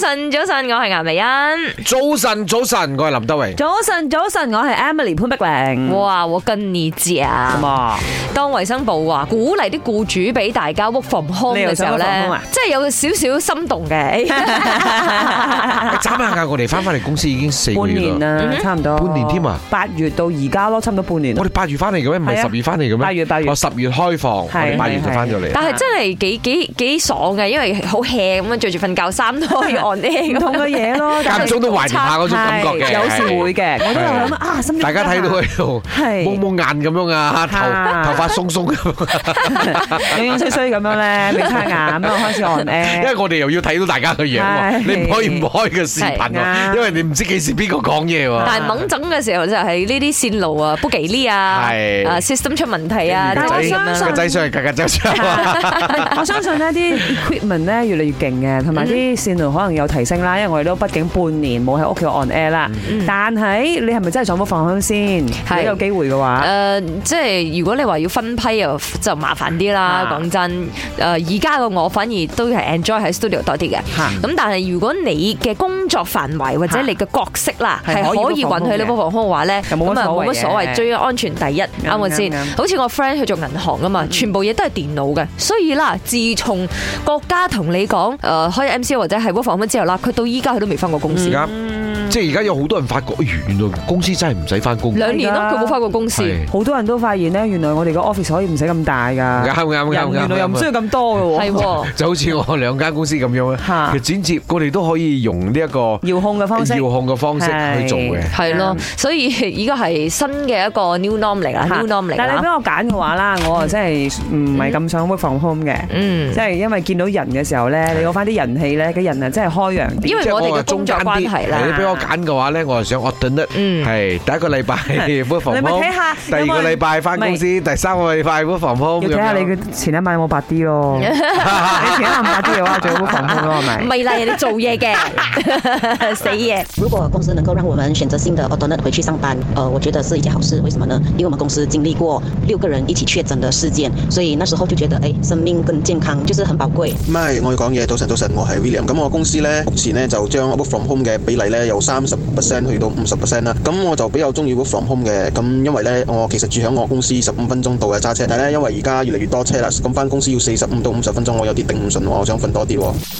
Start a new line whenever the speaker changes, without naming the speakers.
晨，早晨，我系颜美欣。
早晨，早晨，我系林德荣。
早晨，早晨，我系 Emily 潘碧玲。
哇，我跟你
咁
啊！
啊，
當衛生部話鼓勵啲雇主俾大家 work from home
你又
嘅時
想
候
work from home
咧
啊，
即係有少少心動 嘅。
眨下眼，我哋翻翻嚟公司已经四个
半
月
年
啦。
啦，差唔多
半年添啊
八月到而家咯，差唔多 半年。
我哋八月翻嚟嘅咩？唔
係啊
系十月翻嚟嘅咩？哦
八月八月
我十月开放，我哋八月就翻咗嚟。
但係真係幾幾幾爽嘅，因為好 hea 咁樣着住瞓覺 衫都可以 on
唔
air 咁
同嘅嘢咯，
間中都懷念下嗰種感覺嘅，
係有時會嘅。我都有諗啊，心
大家睇到喺度
係
蒙蒙眼咁樣啊，頭
啊
頭髮鬆鬆咁樣，
樣樣衰衰咁樣咧，未擦眼，咁我開始按
因為
air。
我哋又要睇到大家嘅樣喎，
係
你唔可以唔開嘅視頻
係啊
喎，因為你唔知幾時邊個講嘢喎。
但係猛整嘅時候就係呢啲線路啊、b o o k i l y 啊、
係
啊 system 出問題啊，
但係我
即係咁
相
樣
信
個仔上嚟，格格仔上嚟。
我相信呢啲 equipment 咧越嚟越勁嘅，同埋
嗯
啲線路可能有提升啦。因為我哋都畢竟半年冇喺屋企按 air 啦。
嗯
但係你係咪真係上屋放空先？
係
你有機會嘅話
誒、。呃即係如果你話要分批又就麻煩啲啦。
啊
講真，誒呃而家嘅我反而都係 enjoy 喺 studio 多啲嘅。
嚇
咁但係如果你嘅工作範圍或者
嚇
你嘅角色啦，
係
係
可以
可以允許你
work
work
from home 嘅
from home 嘅話咧，
就冇乜
咁啊
所謂
冇乜所謂，
嘅
最安全第一，啱唔啱
啱
先？
啱嗯
好似我 friend 去做銀行啊嘛，全部嘢都係電腦嘅，所以啦，自從國家同你講誒開 MC 或者係 work from home 之後啦，佢到依家佢都未翻過公司
嗯
而，家即係而家有好多人發覺，哎原來公司真係唔使翻工。
兩年咯，佢冇翻過公司。
係
好多人都發現咧，原來我哋個 office 可以唔使咁大㗎，
啱啱啱
人
啱
原來又唔需要咁多
係
嘅喎，
喎，
就好 似我兩間公司咁樣啊，
嚇
其實剪接我哋都可以用呢一個
遙控嘅方式
遙控嘅方式去做嘅。
係咯，所以而 家係新嘅一個 new norm 嚟啦
嗯嚇
，new norm 嚟
啊但係你俾
啦。
我揀嘅話啦，我啊真係唔係咁想 work from home 嘅，
嗯
即，係因為見到人嘅時候咧，你攞翻啲人氣咧，個人啊真係開揚啲。
因為
即係
我哋
話
嘅工
中
作
間
關
啲，
係啦
係你俾我揀嘅話咧，我係想 a l t e r
嗯
係第一個禮拜 work from
你咪
home，
睇下
第二個禮拜翻公司，第三個禮拜 work from home
要
咁
睇下你
樣。
嘅前一晚有冇白 啲咯，你前一晚白啲嘅話，最好 work from home 咯，係咪
唔？係啦，人哋做嘢 嘅，死嘢。
如果公司能够让我们选择性的 alternate 回去上班，呃，我觉得是一件好事。为什么呢？因为我们公司经历过六个人一起确诊的事件，所以那时候就觉得，哎，生命跟健康就是很宝贵。
唔係，我要講嘢。早晨，早晨，我係 William。咁我公司呢，目前呢就將 work from home 嘅比例呢由三十 percent 去到五十 percent 啦。咁我就比較中意 work from home 嘅。咁因為呢，我其實住喺我公司十五分鐘到嘅揸車，但係呢，因為而家越嚟越多車啦，咁翻公司要四十五到五十分鐘，我有啲頂唔順喎，我想瞓多啲喎。